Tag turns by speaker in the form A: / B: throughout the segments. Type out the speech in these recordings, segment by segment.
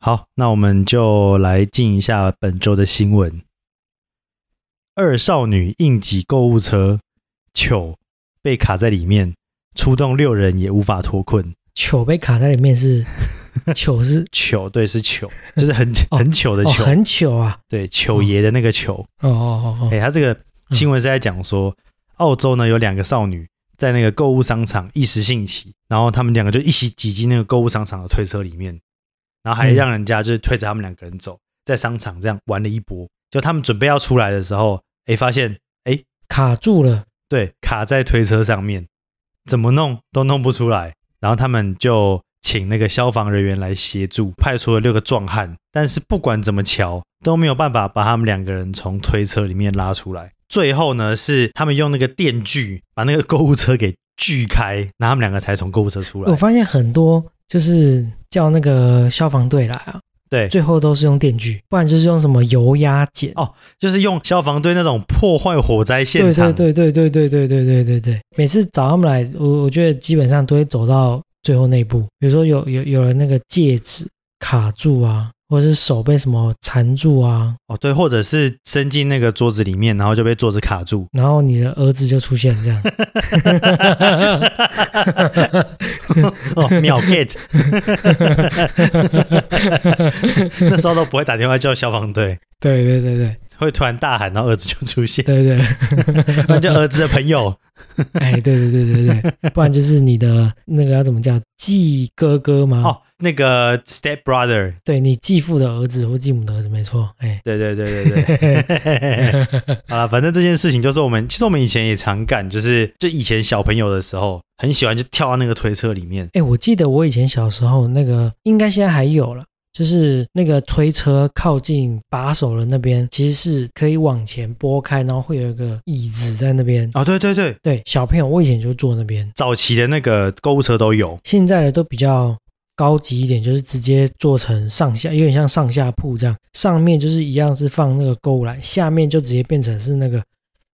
A: 好，那我们就来进一下本周的新闻。二少女硬挤购物车，糗被卡在里面，出动六人也无法脱困。
B: 糗被卡在里 面是糗是
A: 糗，对，是糗，就是很、
B: 哦
A: 很糗的
B: 哦，
A: 糗，
B: 很糗啊！
A: 对，糗爷的那个糗。
B: 哦哦哦
A: 哎、
B: 哦，
A: 他这个新闻是在讲说，澳洲呢有两个少女在那个购物商场一时兴起，然后他们两个就一起挤进那个购物商场的推车里面，然后还
B: 嗯
A: 让人家就是推着他们两个人走，在商场这样玩了一波。就他们准备要出来的时候，哎、发现
B: 卡住了，
A: 对卡在推车上面，怎么弄都弄不出来，然后他们就。请那个消防人员来协助，派出了六个壮汉，但是不管怎么瞧，都没有办法把他们两个人从推车里面拉出来。最后呢，是他们用那个电锯把那个购物车给锯开，然后他们两个才从购物车出
B: 我
A: 来。
B: 发现很多就是叫那个消防队来啊，
A: 对，
B: 最后都是用电锯，不然就是用什么油压剪。
A: 哦就是用消防队那种破坏火灾现
B: 对
A: 场，
B: 对对对对对对对对对对，每次找他们来，我我觉得基本上都会走到最后那一步。比如说有有有人那个戒指卡住啊，或者是手被什么缠住啊，。
A: 哦对，或者是伸进那个桌子里面，然后就被桌子卡住
B: 然后你的儿子就出现这样。
A: 哦，秒 get，那时候都不会打电话叫消防队，
B: 对对对对
A: 会突然大喊，然后儿子就出现，
B: 对对，
A: 不然就儿子的朋友。
B: 哎，对对对对对，不然就是你的那个要怎么叫继哥哥吗？
A: 哦，那个 step brother，
B: 对你继父的儿子或继母的儿子，没错。哎，
A: 对对对对对。 好了，反正这件事情就是我们，其实我们以前也常干，就是就以前小朋友的时候，很喜欢就跳到那个推车里面。
B: 哎，我记得我以前小时候那个，应该现在还有了。就是那个推车靠近把手的那边，其实是可以往前拨开，然后会有一个椅子在那边。
A: 哦，对对对，
B: 对，小朋友我以前就坐那边，
A: 早期的那个购物车都有。
B: 现在的都比较高级一点，就是直接做成上下，有点像上下铺这样，上面就是一样是放那个购物篮，下面就直接变成是那个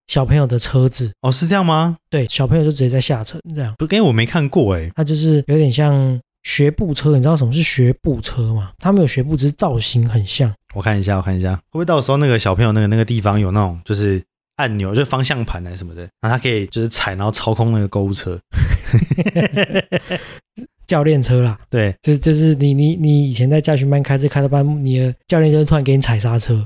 B: 小朋友的车子，
A: 哦，是这样吗？
B: 对，小朋友就直接在下层这样，
A: 不，因为我没看过哎。
B: 它就是有点像学步车，你知道什么是学步车吗？它没有学步，只是造型很像。
A: 我看一下，我看一下，会不会到时候那个小朋友那个那个地方有那种就是按钮，就是方向盘来什么的，然后他可以就是踩，然后操控那个购物车。
B: 教练车啦，
A: 对，
B: 就就是你你你以前在驾训班开车开到半路，你的教练就突然给你踩刹车，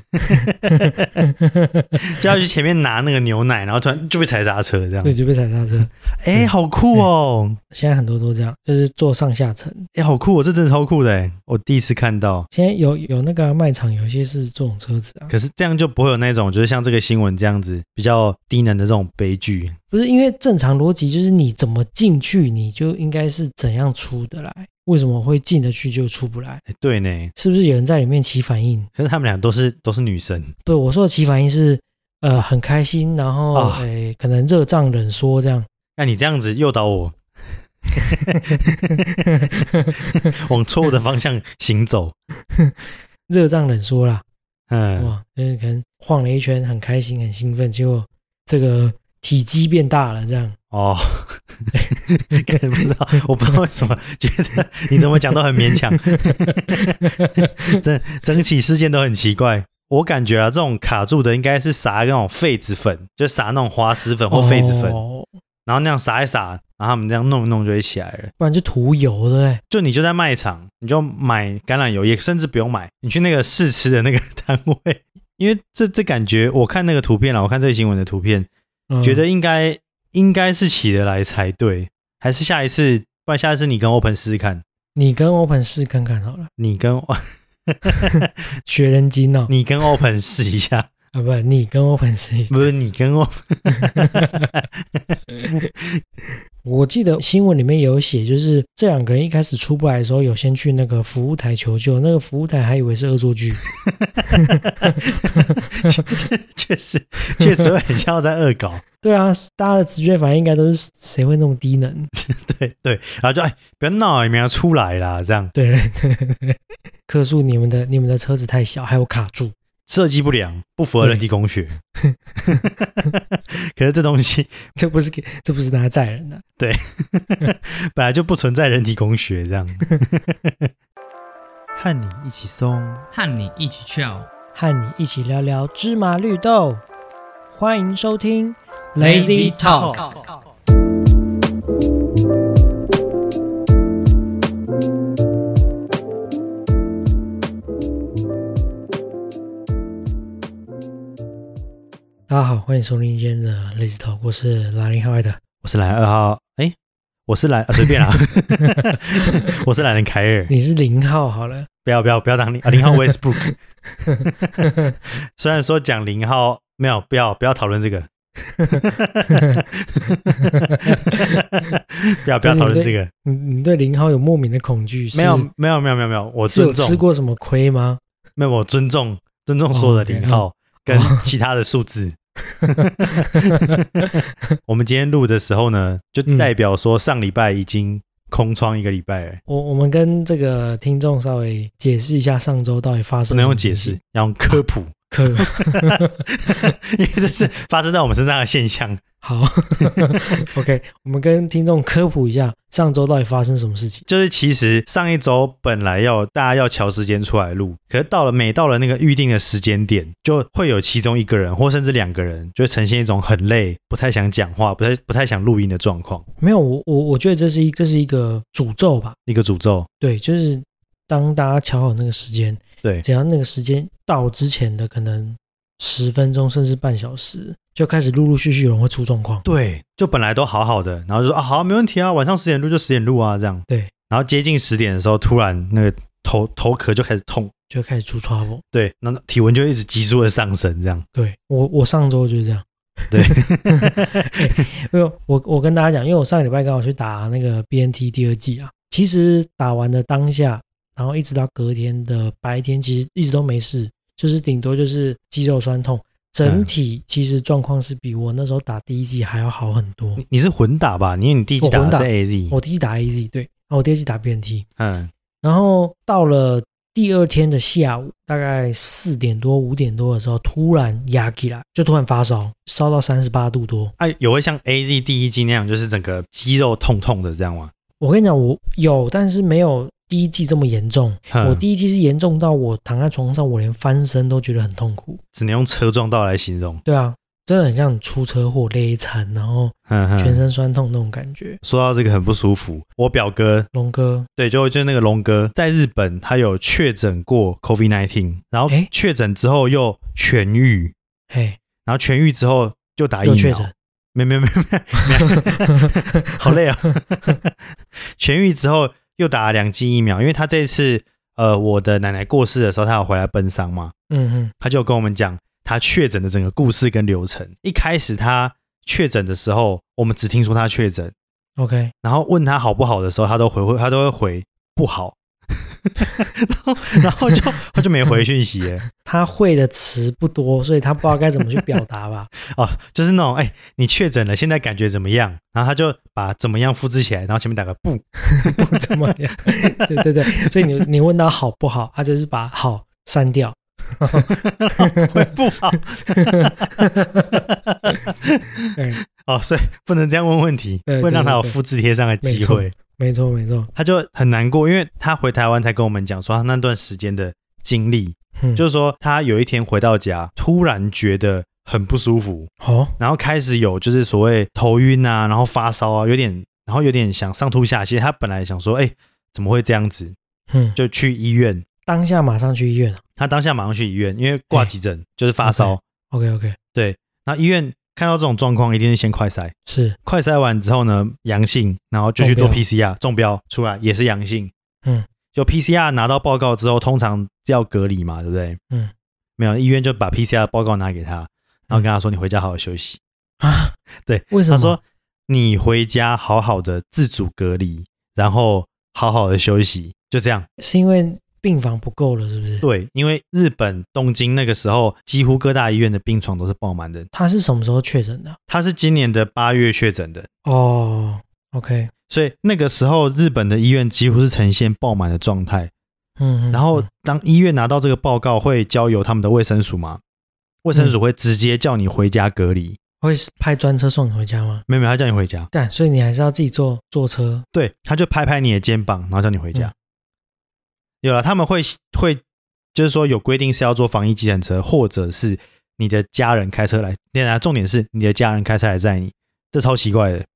A: 就要去前面拿那个牛奶，然后突然就被踩刹车这样
B: 对，。就被踩刹车。
A: 哎、好酷哦！
B: 现在很多都这样，就是坐上下层。
A: 哎、好酷哦，这真的超酷的哎，我第一次看到。
B: 现在有有那个啊、卖场，有一些是这种车子啊，
A: 可是这样就不会有那种就是像这个新闻这样子比较低能的这种悲剧。
B: 不是因为正常逻辑就是你怎么进去，你就应该是怎样出得来，为什么会进得去就出不来？
A: 哎对呢，
B: 是不是有人在里面起反应？
A: 可是他们俩都是都是女生，
B: 对我说的起反应是，呃，很开心，然后诶、
A: 啊
B: 可能热胀冷缩这样。
A: 那你这样子诱导我往错误的方向行走。
B: 热胀冷缩啦，
A: 嗯，
B: 哇，就是可能晃了一圈，很开心，很兴奋，结果这个体积变大了，这样
A: 哦， 感觉不知道，我不知道为什么觉得你怎么讲都很勉强， 整整起事件都很奇怪。我感觉啊，这种卡住的应该是撒那种痱子粉，就撒那种滑石粉或痱子粉，
B: 哦
A: 然后那样撒一撒，然后他们这样弄一弄就会起来了。
B: 不然就涂油，对不哎对？
A: 就你就在卖场，你就买橄榄油，也甚至不用买，你去那个试吃的那个 摊位，因为这这感觉，我看那个图片了，我看这个新闻的图片，
B: 嗯
A: 觉得应该应该是起得来才对，还是下一次，不然下一次你跟 Open 试试看，
B: 你跟 Open 试看看好了，
A: 你跟
B: 学人精哦，
A: 你跟 Open 试一下，
B: 啊，不，你跟 Open 试一下。
A: 不是你跟 Open，
B: 我记得新闻里面有写，就是这两个人一开始出不来的时候，有先去那个服务台求救，那个服务台还以为是恶 作剧，
A: 确实确实会很像要在恶搞，
B: 对啊，大家的直觉反应应该都是谁会那么低能？
A: 对对，然后就哎不要闹，你们要出来啦，这样
B: 对对对对，客诉你们的你们的车子太小，还有卡住，
A: 设计不良，不符合人体工学。可是这东西
B: 这不是给这不是拿来载人的、
A: 本来就不存在人体工学这样。和你一起松。
C: 和你一起 chill。
B: 和你一起聊聊芝麻绿豆。欢迎收听
C: Lazy
A: 哦
C: Talk
B: 大家好，欢迎收听今天的 Lazy Talk，我是拉林海的。
A: 我是懒人二号，哎，我是懒、啊，随 便啦，我是懒人凯尔。
B: 你是零号好 了，
A: 不要不要不要当零啊，零号 Westbrook。虽然说讲零号没有，不要不要讨论这个，不要不要讨论这个，
B: 你你对零号有莫名的恐惧？是
A: 没有没有没有没有没有，我
B: 是有
A: 尊
B: 吃
A: 重，
B: 过什哦么亏吗？
A: 没有我尊重尊重所有的零号跟其他的数 字。我们今天录的时候呢，就
B: 嗯
A: 代表说上礼拜已经空窗一个礼拜了，
B: 我我们跟这个听众稍微解释一下上周到底发
A: 只
B: 生
A: 能
B: 什么
A: 用解
B: 事
A: 释
B: 情，
A: 要用科普，
B: 可
A: 因为这是发生在我们身上的现象。
B: 好 ，OK，我们跟听众科普一下上周到底发生什么事情。
A: 就是其实上一周本来要大家要调时间出来录，可是到了每到了那个预定的时间点，就会有其中一个人或甚至两个人，就会呈现一种很累、不太想讲话、不太不太想录音的状况，
B: 没有，我我我觉得这是一这是一个诅咒吧？
A: 一个诅咒。
B: 对，就是当大家瞧好那个时间，
A: 对
B: 只要那个时间到之前的可能十分钟甚至半小时，就开始陆陆续续有人会出状况。
A: 对，就本来都好好的，然后就说啊好，没问题啊，晚上十点录就十点录啊，这样。
B: 对，
A: 然后接近十点的时候，突然那个头头壳就开始痛，
B: 就开始出 trouble。
A: 对，那体温就一直急速的上升，这样。
B: 对我，我上周就是这样。
A: 对
B: 因为我我跟大家讲，因为我上个礼拜刚好去打那个 BNT 第二季啊，其实打完的当下，然后一直到隔天的白天，其实一直都没事，就是顶多就是肌肉酸痛，整
A: 嗯
B: 体其实状况是比我那时候打第一季还要好很多。
A: 你你是混打吧？因为你第一季
B: 我
A: 打
B: 混
A: 的
B: 打
A: 是 AZ，
B: 我第一季打 AZ，对，然后我第二季打 BNT，
A: 嗯，
B: 然后到了第二天的下午，大概四点多五点多的时候，突然压起来，就突然发烧，烧到三十八度多。
A: 啊，有会像 AZ 第一季那样，就是整个肌肉痛痛的这样吗？
B: 我跟你讲，我有，但是没有第一季这么严重。
A: 哼
B: 我第一季是严重到我躺在床上，我连翻身都觉得很痛苦。
A: 只能用车撞到来形容。
B: 对啊，真的很像出车祸勒残，然后
A: 嗯
B: 全
A: 哼，
B: 身酸痛那种感觉。
A: 说到这个很不舒服，我表哥
B: 龙哥，
A: 对，就就那个龙哥在日本，他有确诊过 COVID nineteen，然后
B: 诶
A: 确诊之后又痊愈，
B: 嘿，
A: 然后痊愈之后就打疫
B: 又确
A: 苗
B: 诊。，
A: 没没没没，好累啊！ 痊愈之后又打了两剂疫苗，因为他这次呃，我的奶奶过世的时候，他有回来奔丧嘛，
B: 嗯
A: 他就有跟我们讲他确诊的整个故事跟流程。一开始他确诊的时候，我们只听说他确诊，
B: 嗯，OK，
A: 然后问他好不好的时候，他都回会他都会回不好，然后然后就他就没回讯息耶。
B: 他会的词不多，所以他不知道该怎么去表达吧。
A: 哦，就是那种哎、你确诊了，现在感觉怎么样？然后他就把怎么样复制起来，然后前面打个不，
B: 不怎么样。 对对对，所以你你问他好不好，他就是把好删掉。
A: 会不好。
B: 对，
A: 哦，所以不能这样问问题，
B: 对对
A: 会让他有
B: 对对
A: 复制贴上的机会
B: 没。没错没错，
A: 他就很难过，因为他回台湾才跟我们讲说他那段时间的经历，
B: 嗯，
A: 就是说他有一天回到家，突然觉得很不舒服，
B: 哦，
A: 然后开始有就是所谓头晕啊，然后发烧啊，有点，然后有点想上吐下泻。他本来想说，哎，怎么会这样子？
B: 嗯，
A: 就去医院。
B: 当下马上去医院。啊
A: 他当下马上去医院，因为挂急诊就是发烧。
B: OK OK，
A: 那医院看到这种状况，一定是先快筛，
B: 是，
A: 快筛完之后呢，阳性，然后就去做
B: 中标
A: PCR，中标出来也是阳性。
B: 嗯，
A: 就 PCR 拿到报告之后，通常要隔离嘛，对不对？
B: 嗯，
A: 没有，医院就把 PCR 报告拿给他，然后跟他说：“你回家好好休息。
B: 啊，
A: 对，
B: 为什么？
A: 他说：“你回家好好的自主隔离，然后好好的休息。”就这样。
B: 是因为病房不够了，是不是？
A: 对，因为日本东京那个时候，几乎各大医院的病床都是爆满的。
B: 他是什么时候确诊的？
A: 他是今年的八月确诊的，
B: 哦，OK，
A: 所以那个时候日本的医院几乎是呈现爆满的状态。
B: 嗯，嗯
A: 然后
B: 嗯
A: 当医院拿到这个报告，会交由他们的卫生署嘛？卫生署会直接叫你回家隔离，
B: 会派专车送你回家吗？
A: 没有没有，他叫你回家。
B: 干，所以你还是要自己坐坐车。
A: 对，他就拍拍你的肩膀，然后叫你回家。有了，他们会会就是说有规定是要坐防疫计程车，或者是你的家人开车来。当然，重点是你的家人开车来载你，这超奇怪的。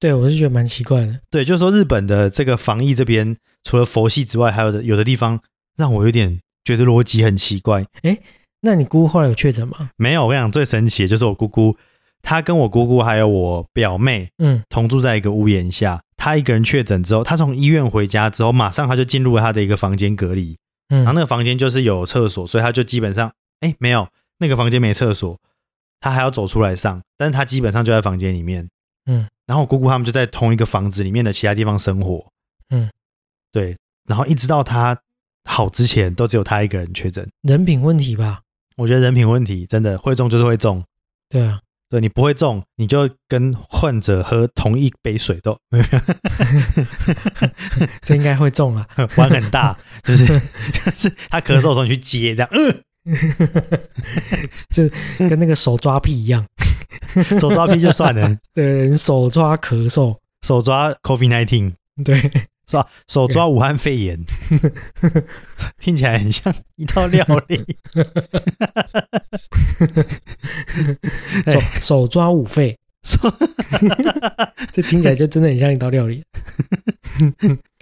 B: 对我是觉得蛮奇怪的。
A: 对，就是说日本的这个防疫这边，除了佛系之外，还有的有的地方让我有点觉得逻辑很奇怪。
B: 那你姑后来有确诊吗？
A: 没有，我跟你讲，最神奇的就是我姑姑，她跟我姑姑还有我表妹
B: 嗯，
A: 同住在一个屋檐下。她一个人确诊之后，她从医院回家之后，马上她就进入了她的一个房间隔离。
B: 嗯
A: 啊然后那个房间就是有厕所，所以他就基本上，哎，没有那个房间没厕所，他还要走出来上，但是他基本上就在房间里面，
B: 嗯，
A: 然后我姑姑他们就在同一个房子里面的其他地方生活，
B: 嗯，
A: 对，然后一直到他好之前，都只有他一个人确诊。
B: 人品问题吧？
A: 我觉得人品问题真的会中就是会中，
B: 对啊，
A: 对你不会中，你就跟患者喝同一杯水 都没有
B: 这应该会中啊 了。
A: 玩很大，就是 就是他咳嗽的时候你去接这样，嗯、
B: 跟那个手抓屁一样，
A: 手抓屁就算了，
B: 对，你手抓咳嗽，
A: 手抓 COVID nineteen。
B: 对，
A: 是吧？手抓武汉肺炎，听起来很像一道料理。
B: 手手抓五肺，
A: 说
B: 这听起来就真的很像一道料理。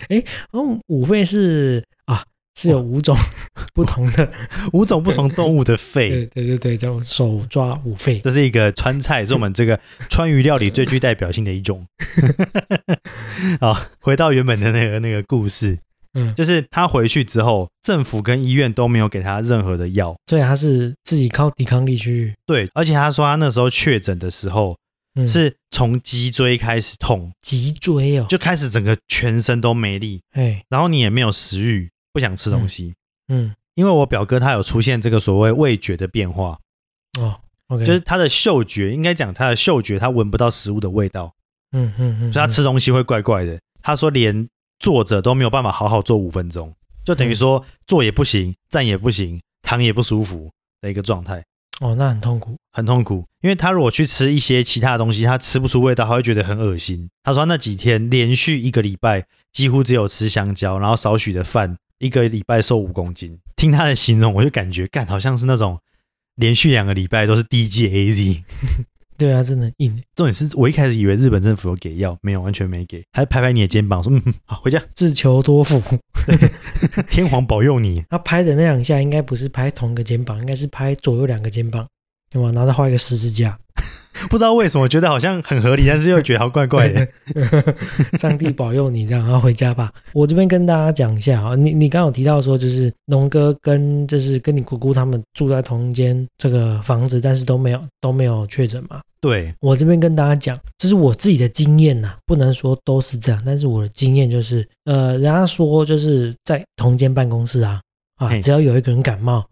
B: 哎，哦，五肺是啊，是有五种 不同的，
A: 五种不同动物的
B: 对
A: 肺，
B: 对对对，叫手抓五肺。
A: 这是一个川菜，是我们这个川渝料理最具代表性的一 种。好，回到原本的那个那个故事，
B: 嗯
A: 就是他回去之后，政府跟医院都没有给他任何的药。
B: 所以他是自己靠抵抗力去，
A: 对，而且他说他那时候确诊的时候
B: 嗯，
A: 是从脊椎开始痛，
B: 脊椎哦，
A: 就开始整个全身都没力，
B: 哎，
A: 然后你也没有食欲，不想吃东西。
B: 嗯，
A: 因为我表哥他有出现这个所谓味觉的变化，
B: 哦，OK，
A: 就是他的嗅觉，应该讲他的嗅觉，他闻不到食物的味道，
B: 嗯嗯嗯，
A: 所以他吃东西会怪怪的。他说连坐着都没有办法好好坐五分钟，就
B: 嗯
A: 等于说坐也不行，站也不行，躺也不舒服的一个状态，
B: 哦，那很痛苦，
A: 很痛苦。因为他如果去吃一些其他的东西，他吃不出味道，他会觉得很恶心。他说他那几天连续一个礼拜几乎只有吃香蕉，然后少许的饭，一个礼拜瘦五公斤。听他的形容，我就感觉干好像是那种连续两个礼拜都是低剂 AZ。
B: 对啊，真的很硬，
A: 重点是我一开始以为日本政府有给药，没有，完全没给，还拍拍你的肩膀说：“嗯，好，回家，
B: 自求多福。
A: 天皇保佑你。
B: 他拍的那两下应该不是拍同一个肩膀，应该是拍左右两个肩膀，对吗？然后再画一个十字架，”
A: 不知道为什么觉得好像很合理，但是又觉得好怪怪的。
B: 上帝保佑你这样，然后回家吧。我这边跟大家讲一下啊，你你刚刚有提到说，就是龙哥跟就是跟你姑姑他们住在同一间这个房子，但是都没有都没有确诊嘛。
A: 对，
B: 我这边跟大家讲，这是我自己的经验呐、不能说都是这样，但是我的经验就是，呃，人家说就是在同间办公室啊，啊，
A: 嘿
B: 只要有一个人感冒，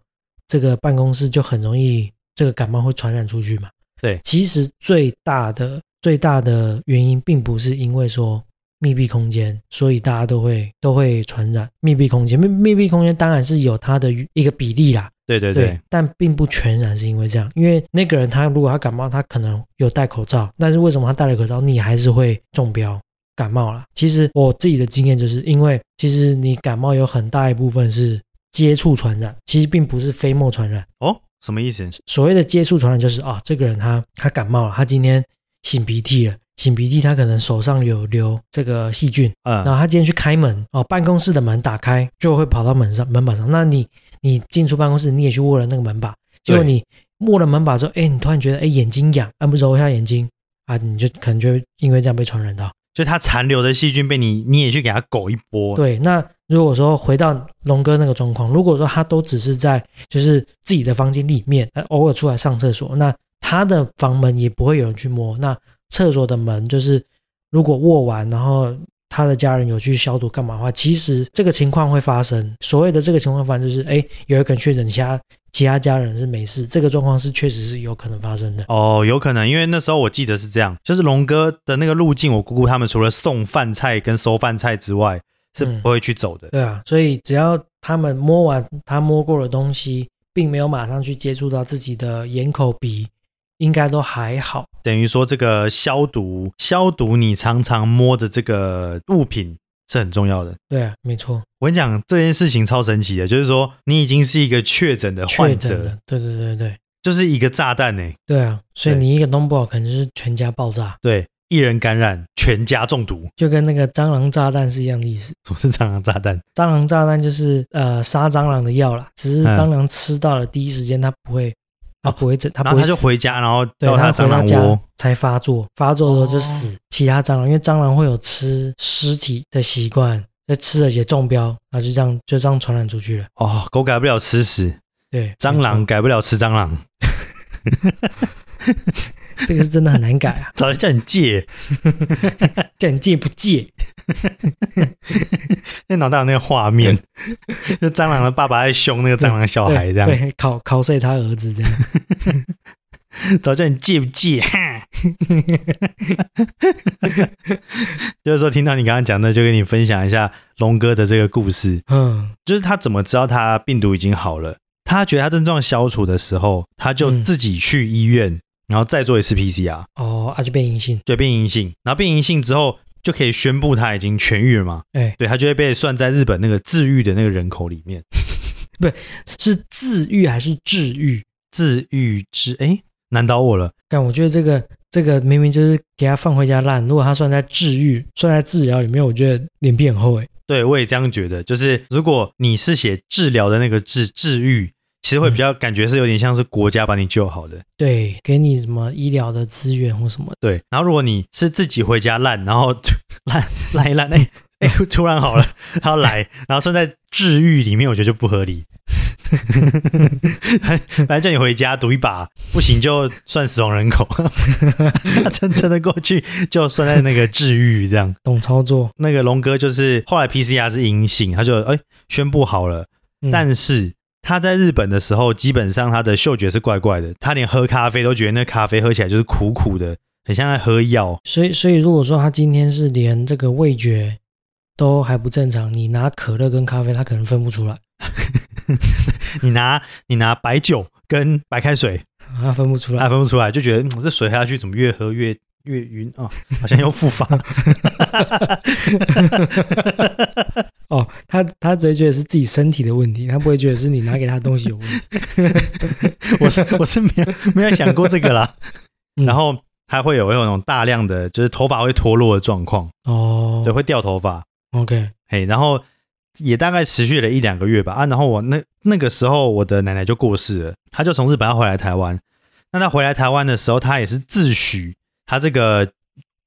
B: 这个办公室就很容易这个感冒会传染出去嘛。
A: 对
B: 其实最大的最大的原因并不是因为说密闭空间，所以大家都会都会传染密闭空间。密密闭空间当然是有它的一个比例啦，
A: 对对对，
B: 但并不全然是因为这样，因为那个人他如果他感冒，他可能有戴口罩，但是为什么他戴了口罩，你还是会中标感冒了？其实我自己的经验就是因为，其实你感冒有很大一部分是接触传染，其实并不是飞沫传染。
A: 哦，什么意思？
B: 所谓的接触传染就是啊，这个人他他感冒了，他今天擤鼻涕了，擤鼻涕他可能手上有留这个细菌，然
A: 嗯，
B: 后他今天去开门哦，办公室的门打开就会跑到门上门把上。那你你进出办公室，你也去握了那个门把，结果
A: 对
B: 你握了门把之后，哎，你突然觉得哎眼睛痒，按不揉一下眼睛啊，你就可能就会因为这样被传染到。
A: 就它残留的细菌被你，你也去给它狗一波。
B: 对，那如果说回到龙哥那个状况，如果说他都只是在就是自己的房间里面，呃偶尔出来上厕所，那他的房门也不会有人去摸。那厕所的门就是如果握完，然后他的家人有去消毒干嘛的话，其实这个情况会发生。所谓的这个情况，反正就是哎，有一个人确诊，其他其他家人是没事，这个状况是确实是有可能发生的。
A: 哦，有可能，因为那时候我记得是这样，就是龙哥的那个路径，我姑姑他们除了送饭菜跟收饭菜之外，是
B: 嗯
A: 不会去走的。
B: 对啊，所以只要他们摸完他摸过的东西，并没有马上去接触到自己的眼、口、鼻，应该都还好。
A: 等于说这个消毒，消毒你常常摸的这个物品是很重要的。
B: 对啊，没错，
A: 我跟你讲，这件事情超神奇的，就是说你已经是一个确诊的
B: 确
A: 患
B: 诊
A: 者，
B: 的，对对对对
A: 就是一个炸弹欸呢、
B: 对啊，所以
A: 对
B: 你一个弄不好，可能就是全家爆炸，
A: 对，一人感染，全家中毒，
B: 就跟那个蟑螂炸弹是一样的意思。
A: 总是蟑螂炸弹。
B: 蟑螂炸弹就是呃杀蟑螂的药啦，只是蟑螂吃到了第一时间它不会，它
A: 嗯哦
B: 不会整，它
A: 然
B: 不
A: 后
B: 会
A: 他就
B: 死，
A: 回家，然后
B: 对，
A: 到
B: 它
A: 的蟑
B: 回到
A: 螂
B: 家
A: 窝，
B: 才发作，发作的时候就
C: 哦
B: 死其他蟑螂，因为蟑螂会有吃尸体的习惯，那吃了也中标，然后就这样就这样传染出去了。
A: 哦，狗改不了吃屎，
B: 对，
A: 蟑螂
B: 没
A: 改不了吃蟑螂，
B: 错这个是真的很难改啊，
A: 早就叫你戒。
B: 叫你戒不戒？
A: 那脑袋有那个画面， 就蟑螂的爸爸在凶那个蟑螂小孩，这样
B: 对，对拷拷碎他儿子这样。
A: 早叫你戒不戒？哈， 就是说，听到你刚刚讲的，就跟你分享一下龙哥的这个故事。
B: 嗯，
A: 就是他怎么知道他病毒已经好了？他觉得他症状消除的时候，他就
B: 嗯
A: 自己去医院，然后再做一次 PCR，
B: 哦，啊就变阴性，
A: 对，变阴性。然后变阴性之后，就可以宣布他已经痊愈了嘛？
B: 哎
A: 对，他就会被算在日本那个治愈的那个人口里面。
B: 是自愈还是治愈？
A: 治愈之，哎，难倒我了。
B: 但我觉得这个这个明明就是给他放回家烂，如果他算在治愈、算在治疗里面，我觉得脸皮很厚欸诶。
A: 对，我也这样觉得。就是如果你是写治疗的那个治治愈，其实会比较感觉是有点像是国家把你救好的。
B: 对，给你什么医疗的资源或什么的，
A: 对，然后如果你是自己回家烂，然后 烂烂一烂，哎、哎、突然好了，然后来，然后算在治愈里面，我觉得就不合理。 反正叫你回家赌一把，不行就算死亡人口， 真真的过去就算在那个治愈这样。
B: 懂操作。
A: 那个龙哥就是后来 PCR 是阴性，他就哎、宣布好了，
B: 嗯、
A: 但是他在日本的时候，基本上他的嗅觉是怪怪的，他连喝咖啡都觉得那咖啡喝起来就是苦苦的，很像在喝药。
B: 所以所以如果说他今天是连这个味觉都还不正常，你拿可乐跟咖啡，他可能分不出来，
A: 你拿你拿白酒跟白开水，
B: 他分不出来。
A: 还分不出来，就觉得、嗯、这水喝下去怎么越喝越越晕啊、哦好像又复 发。
B: 哦，他他只会觉得是自己身体的问题，他不会觉得是你拿给他的东西有问题。
A: 我是我是没有没有想过这个啦。
B: 嗯
A: 然后还会有会有那种大量的就是头发会脱落的状况，
B: 哦
A: 对，会掉头发。
B: ，OK，
A: 嘿，然后也大概持续了一两个月吧啊，然后我那那个时候我的奶奶就过世了，她就从日本要回来台湾。那她回来台湾的时候，她也是自诩她这个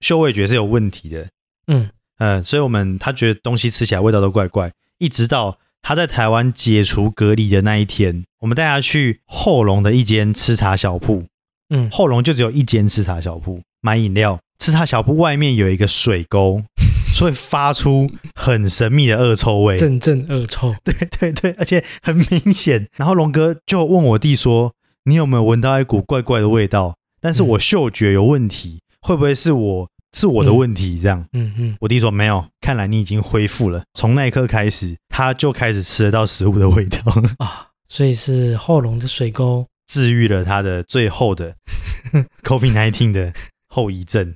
A: 嗅味觉是有问题的，
B: 嗯
A: 呃，所以我们她觉得东西吃起来味道都怪怪，一直到她在台湾解除隔离的那一天，我们带她去后龙的一间吃茶小铺，
B: 嗯，
A: 后龙就只有一间吃茶小铺，买饮料。吃茶小铺外面有一个水沟， 所以发出很神秘的恶臭味。
B: 阵阵恶臭。
A: 对对，而且很明显。然后龙哥就问我弟说：“你有没有闻到一股怪怪的味道？但是我嗅觉有问题，会不会是我是我的问题？”这样，
B: 嗯嗯，
A: 我弟说：“没有，看来你已经恢复了。”从那一刻开始，他就开始吃得到食物的味道，
B: 啊，所以是后龙的水沟
A: 治愈了他的最后的 COVID 1 9的后遗症。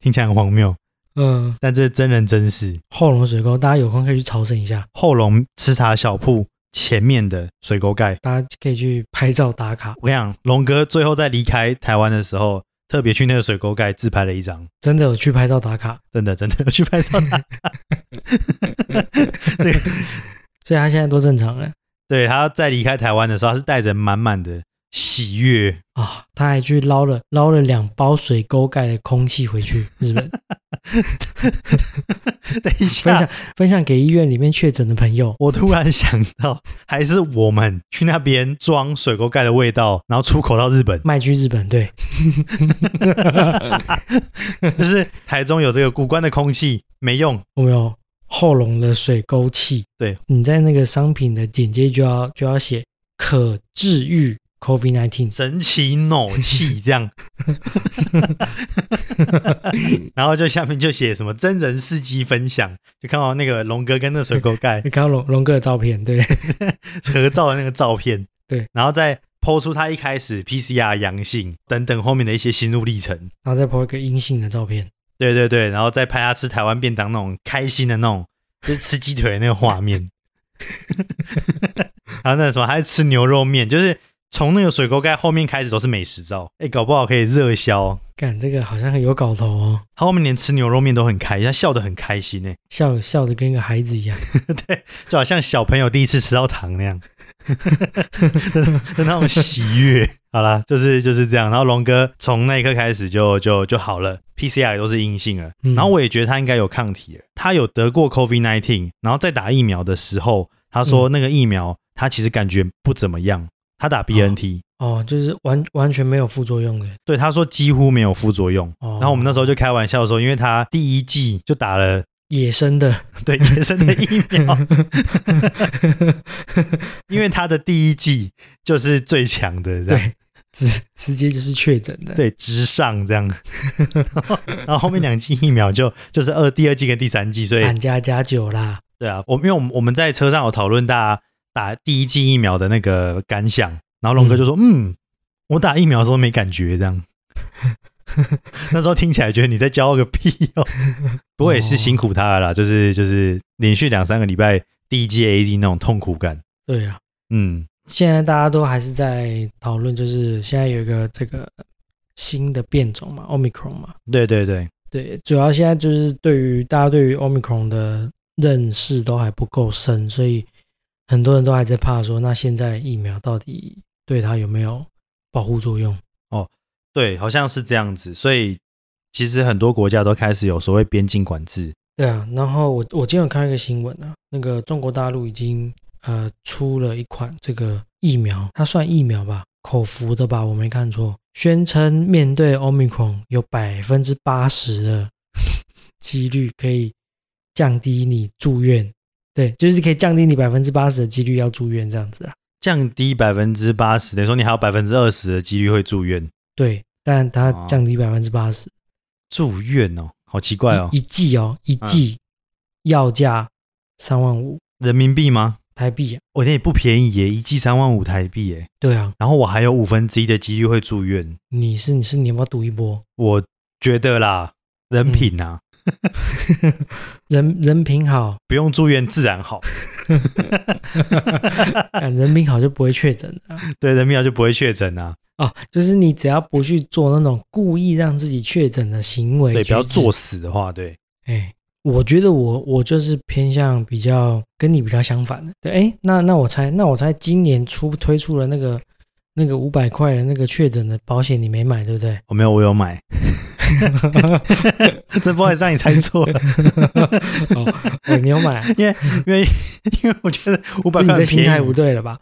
A: 听起来很荒谬，
B: 嗯，
A: 但这真人真事。
B: 后龙水沟，大家有空可以去朝圣一下，
A: 后龙吃茶小铺前面的水沟盖，
B: 大家可以去拍照打卡，
A: 我跟你讲，龙哥最后在离开台湾的时候，特别去那个水沟盖自拍了一张，
B: 真的有去拍照打卡，
A: 真的真的有去拍 照打卡。
B: 所以他现在都正常了
A: 对，他在离开台湾的时候，他是带着满满的喜悦，
B: 啊，他还去捞了捞了两包水沟盖的空气回去日本，
A: 等一
B: 分享
A: 下，
B: 分享给医院里面确诊的朋友，，
A: 我突然想到，还是我们去那边装水沟盖的味道，然后出口到日本
B: 卖去日本，对，
A: 就是台中有这个古关的空气没用，
B: 我们有后龙的水沟器，
A: 对，
B: 你在那个商品的简介就要就要写可治愈 COVID nineteen。
A: 神奇脑气这样，然后就下面就写什么真人事迹分享，就看到那个龙哥跟那水沟盖
B: 你看到龙龙哥的照片，对，
A: 合照的那个照片，
B: 对，
A: 然后再抛出他一开始 PCR 阳性等等后面的一些心路历程，
B: 然后再拍一个阴性的照片，
A: 对对对，然后再拍他吃台湾便当那种开心的那种就是吃鸡腿的那个画面。还有那什么，还吃牛肉面，就是从那个水沟盖后面开始都是美食照。哎，搞不好可以热销。
B: 干这个好像很有搞头哦，
A: 他后面连吃牛肉面都很开心，他笑得很开心呢，
B: 笑笑的跟一个孩子一样。
A: 就好像小朋友第一次吃到糖那样， 的那种喜悦。好啦，就是就是这样。然后龙哥从那一刻开始就就就好了，PCR 也都是阴性了。
B: 嗯
A: 然后我也觉得他应该有抗体了，他有得过 COVID nineteen，然后在打疫苗的时候，他
B: 嗯
A: 说那个疫苗他其实感觉不怎么样，他打 BNT，、
B: 哦，就是完完全没有副作用的。
A: 对他说几乎没有副作用。
B: 哦，
A: 然后我们那时候就开玩笑说，因为他第一季就打了
B: 野生的，
A: 对野生的疫苗，因为他的第一季就是最强的，这样
B: 对，直直接就是确诊的。，
A: 对直上这样。然后然后后面两季疫苗就就是二第二季跟第三季，所以
B: 俺家加酒啦。
A: 对啊，我因为我们我们在车上有讨论大家打第一剂疫苗的那个感想，然后龙哥就说：“嗯我打疫苗的时候没感觉，这样。”那时候听起来觉得你在骄傲个屁哦。不过也是辛苦他了啦，就是就是连续两三个礼拜第一剂 A Z 那种痛苦感，
B: 对啊，
A: 嗯，
B: 现在大家都还是在讨论，就是现在有一个这个新的变种嘛，omicron 嘛。
A: 对对对，
B: 对，主要现在就是对于大家对于 omicron 的认识都还不够深，所以很多人都还在怕说，那现在疫苗到底对它有没有保护作用？
A: 对，好像是这样子，所以其实很多国家都开始有所谓边境管制，
B: 对啊，然后我我今天有看到一个新闻啊，那个中国大陆已经呃出了一款这个疫苗，它算疫苗吧，口服的吧，我没看错，宣称面对 Omicron 有百分之八十的几率可以降低你住院，对，就是可以降低你百分之八十的几率要住院这样子啊，
A: 降低百分之八十，等于说你还有百分之二十的几率会住院。
B: 对，但它
A: 哦
B: 降低百分之八十，
A: 住院哦，好奇怪哦
B: 一，一剂哦，一剂药价三万五
A: 人民币吗？哦
B: 台币、啊，
A: 我、那也不便宜耶，一剂三万五台币耶。
B: 对啊，
A: 然后我还有五分之一的几率会住院，
B: 你是你是你要不要赌一波？
A: 我觉得啦，人品
B: 嗯
A: 啊，
B: 人人品好，
A: 不用住院自然好。
B: 啊人品好就不会确诊的啊
A: 对，人品好就不会确诊啊。
B: 哦就是你只要不去做那种故意让自己确诊的行为，
A: 对，不要
B: 举止
A: 作。死的话，对，
B: 哎，我觉得我我就是偏向比较跟你比较相反的。对，哎，那那我猜，那我猜今年初推出了那个那个五百块的那个确诊的保险，你没买对不对？
A: 哦 我、没有，我有买。这不好意思，让你猜错了，
B: 哦，你有买啊？
A: 因为因为我觉得五百
B: 你
A: 块
B: 这
A: 很
B: 心态
A: 便宜
B: 不，对了吧？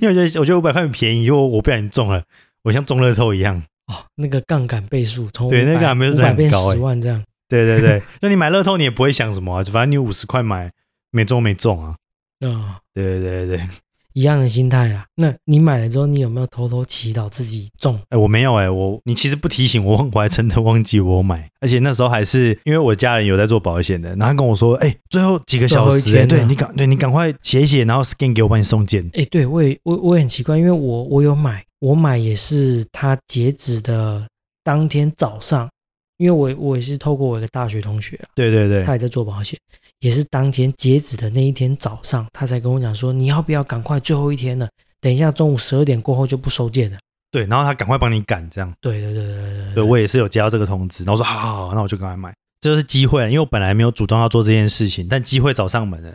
A: 因为我觉得我觉得五百块很便宜，如果我不小心中了，我像中乐透一样。
B: 哦，那个杠杆倍数从
A: 对那个还没有
B: 五
A: 是
B: 百
A: 很
B: 变
A: 高哎
B: 十万这样。
A: 对对对，就你买乐透你也不会想什么、啊，反正你五十块买没中没中啊。
B: 啊、
A: 对对对对，
B: 一样的心态啦。那你买了之后，你有没有偷偷祈祷自己中？
A: 哎，我没有哎、我你其实不提醒我， 我还真的忘记我有买，而且那时候还是因为我家人有在做保险的，然后他跟我说，哎、最后几个小时、
B: 最后
A: 哎
B: 一天
A: 对
B: 了
A: 你赶对你赶快写一写，然后 scan 给我，帮你送件。
B: 哎，对我也我我也很奇怪，因为我我有买，我买也是它截止的当天早上，因为我我也是透过我一个大学同学啊，
A: 对对对
B: 他，也在做保险，也是当天截止的那一天早上，他才跟我讲说你要不要赶快最后一天了，等一下中午十二点过后就不收件了。
A: 对，然后他赶快帮你赶这样。
B: 对对对对对对
A: 对我也是有接到这个通知，然后我说好好好，那我就赶快买，这就是机会了，因为我本来没有主动要做这件事情，但机会找上门了。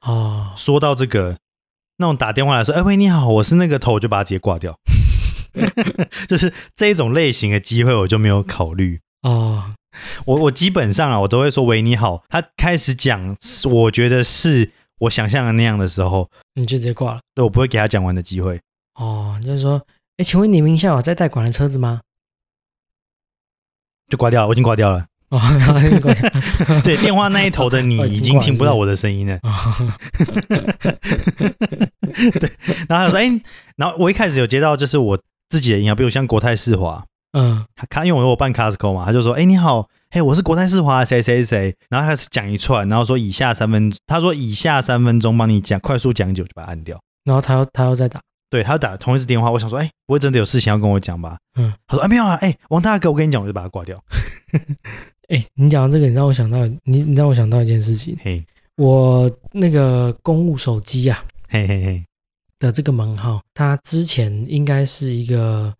B: 哦，
A: 说到这个，那种打电话来说，哎、喂，你好，我是那个头，我就把它直接挂掉。 就是这一种类型的机会，我就没有考虑。
B: 哦，
A: 我我基本上啊，我都会说喂你好。他开始讲，我觉得是我想象的那样的时候，
B: 你嗯就直接挂了。
A: 对我不会给他讲完的机会。
B: 哦，就是说，哎，请问你名下有在贷款的车子吗？
A: 就挂掉了，我已经挂掉了。
B: 哦， 你挂掉
A: 对，电话那一头的你
B: 哦已
A: 已经
B: 经挂了
A: 听不
B: 是不是
A: 到我的声音了。
B: 哦
A: 然后他说：“哎、然后我一开始有接到，就是我自己的银啊行，比如像国泰世华，
B: 嗯，
A: 他他因为我有办 Costco 嘛，他就说：“哎、你好，嘿，我是国泰世华谁谁谁。”然后他开始讲一串，然后说以下三分，他说以下三分钟帮你讲，快速讲解，我就把它按掉。
B: 然后他要他要再打，
A: 对他打同一次电话，我想说：“哎、不会真的有事情要跟我讲吧？”啊
B: 嗯，
A: 他说：“哎、没有啊，哎、王大哥，我跟你讲，我就把它挂掉。
B: 哎、你讲到这个，你让我想到，你你让我想到一件事情，
A: 嘿，
B: 我那个公务手机啊
A: 嘿嘿嘿，
B: 的这个门号，它之前应该是一个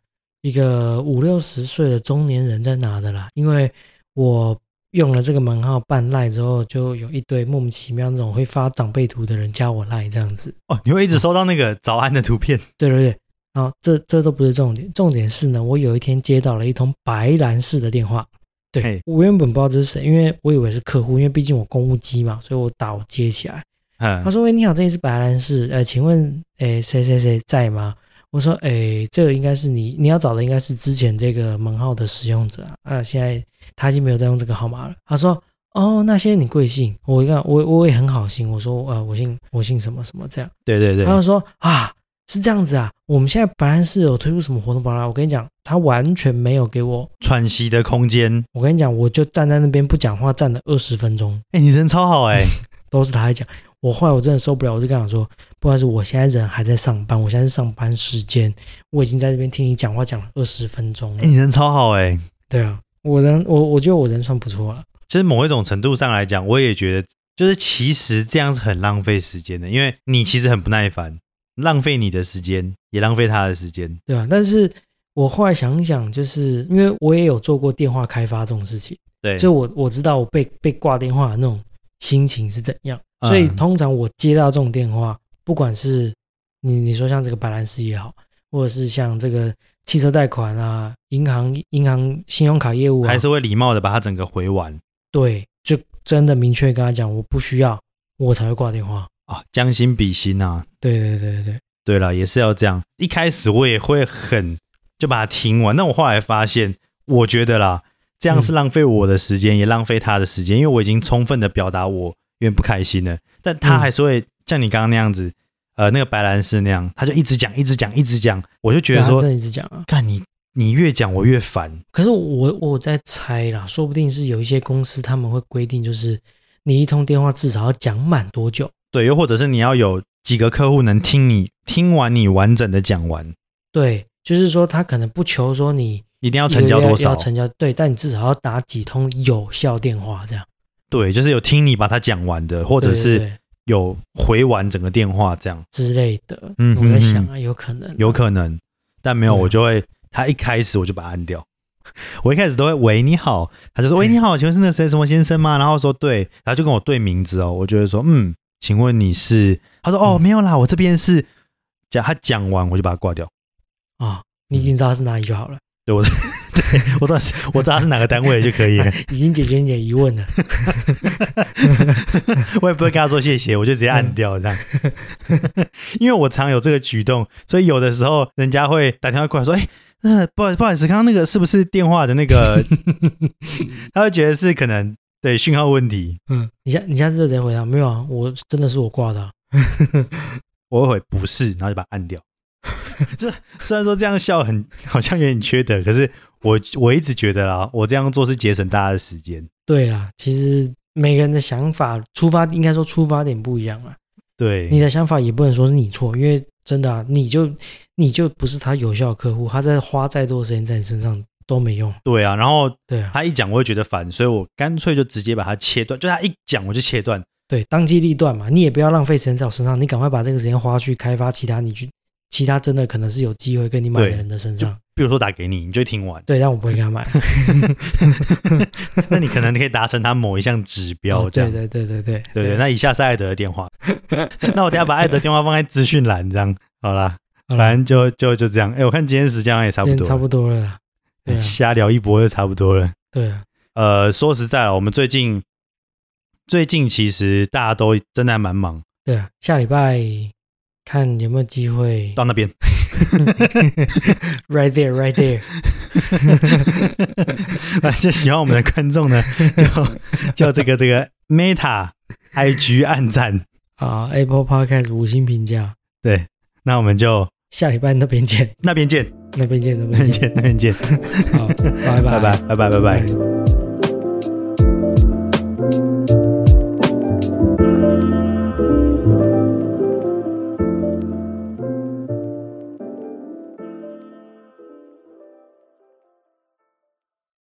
B: 一个五六十岁的中年人在拿的啦，因为我用了这个门号办赖之后，就有一堆莫名其妙那种会发长辈图的人加我赖这样子。
A: 哦，你会一直收到那个早安的图片，
B: 对对对，然后这这都不是重点，重点是呢，我有一天接到了一通白兰氏的电话。对
A: 嘿，
B: 我原本不知道这是谁，因为我以为是客户，因为毕竟我公务机嘛，所以我打我接起来。
A: 嗯
B: 他，说：“喂，你好，这里是白兰氏，呃，请问，诶，谁谁谁在吗？”我说：“诶，这个应该是你，你要找的应该是之前这个门号的使用者啊，啊，现在他已经没有在用这个号码了。”他说：“哦，那谢谢你贵姓。”我一看，我我也很好心，我说：“呃，我姓我姓什么什么这样。”
A: 对对对
B: 他，就说啊，是这样子啊，我们现在白兰氏有推出什么活动巴拉，我跟你讲，他完全没有给我，
A: 喘息的空间，
B: 我跟你讲，我就站在那边不讲话，站了二十分钟，
A: 哎，你人超好哎，
B: 都是他在讲。我后来我真的受不了，我就跟他说，不好意思，我现在人还在上班，我现在是上班时间，我已经在这边听你讲话讲了二十分钟了
A: 哎，。你人超好哎，
B: 对啊，我人我我觉得我人算不错了。
A: 其实某一种程度上来讲，我也觉得，就是其实这样是很浪费时间的，因为你其实很不耐烦，浪费你的时间，也浪费他的时间。
B: 对啊，但是我后来想一想，就是因为我也有做过电话开发这种事情，
A: 对，
B: 所以我我知道我被被挂电话的那种心情是怎样。所以
A: 嗯
B: 通常我接到这种电话，不管是你你说像这个白兰氏也好，或者是像这个汽车贷款啊、银行银行信用卡业务啊
A: 还，是会礼貌的把它整个回完
B: 对，就真的明确跟他讲我不需要，我才会挂电话。
A: 啊，将心比心啊。
B: 对对对对对，
A: 对了，也是要这样。一开始我也会很就把它听完，但我后来发现，我觉得啦，这
B: 嗯
A: 样是浪费我的时间，也浪费他的时间，因为我已经充分的表达我有点不开心了，但他
B: 嗯
A: 还是会像你刚刚那样子，呃，那个白兰氏那样，他就一直讲，一直讲，一直讲，我就觉得
B: 对啊
A: 说
B: 真，的一直讲啊。
A: 看你你越讲我越烦，
B: 可是我我在猜啦，说不定是有一些公司他们会规定，就是你一通电话至少要讲满多久。
A: 对，又或者是你要有几个客户能听你听完你完整的讲完，
B: 对，就是说他可能不求说你
A: 一定要
B: 要
A: 成交多少
B: 要，成交对，但你至少要打几通有效电话这样，
A: 对，就是有听你把它讲完的，或
B: 或
A: 者是有回完整个电话这样。
B: 之类的。
A: 嗯
B: 我在
A: 哼
B: 想
A: 哼
B: 啊，有可能啊，
A: 有可能，但没有，
B: 对啊
A: 我就会他一开始我就把他按掉。 我一开始都会喂你好，他就说
B: 嗯
A: 喂你好，请问是那谁什么先生吗？然后说对，然后就跟我对名字哦，我就会说嗯，请问你是？他说哦
B: 嗯
A: 没有啦，我这边是讲他讲完我就把他挂掉。
B: 啊，你已经知道是哪里就好了，
A: 对我，对我知道是我知道他是哪个单位就可以了，
B: 已经解决你的疑问了。
A: 我也不会跟他说谢谢，我就直接
B: 嗯
A: 按掉这样。 因为我常有这个举动，所以有的时候人家会打电话过来说：“哎、那不好不好意思，刚刚那个是不是电话的那 个？”他会觉得是可能对讯号问题，
B: 嗯，你下你下次就直接回答，没有啊，我真的是我挂的啊、
A: 我会回不是，然后就把它按掉。 就虽然说这样笑很好像有点缺德，可是我我一直觉得啦，我这样做是节省大家的时间。
B: 对啦，其实每个人的想法出发，应该说出发点不一样啦。啊
A: 对，
B: 你的想法也不能说是你错，因为真的啊，你就你就不是他有效的客户，他再花再多的时间在你身上都没用。
A: 对啊，然后
B: 对啊，
A: 他一讲我会觉得烦，所以我干脆就直接把它切断，就他一讲我就切断。
B: 对，当机立断嘛，你也不要浪费时间在我身上，你赶快把这个时间花去开发其他你去其他真的可能是有机会跟你买的
A: 对
B: 人的身
A: 就
B: 上。
A: 比如说打给你，你就会听 完，
B: 对，但我不会给他买。
A: 那你可能可以达成他某一项指标，
B: 哦
A: 这样、
B: 对对对对对
A: 对对，那以下是艾德的电 话，那我等一下把艾德电话放在资讯栏，这样好啦，
B: 好啦
A: 反正就就就这样。哎，我看今天时间好像也差不
B: 今
A: 多了，
B: 天
A: 哎
B: 差不多了啦。对啊，
A: 瞎聊一波就差不多了。
B: 对啊，
A: 呃，说实在了，我们最近最近其实大家都真的还蛮忙，
B: 对啊，下礼拜看有没有机会。
A: 到那 边
B: Right there, right there。
A: 就喜欢我们的观众呢，就就这个这个 Meta IG 暗赞，
B: 啊，Apple Podcast 五星评价，
A: 对，那我们就
B: 下礼拜那边见，
A: 那边见，
B: 那边见，那
A: 那边
B: 边见。
A: 见，那边见，
B: 好，拜
A: 拜
B: 拜
A: 拜，拜拜，拜拜。
B: 拜。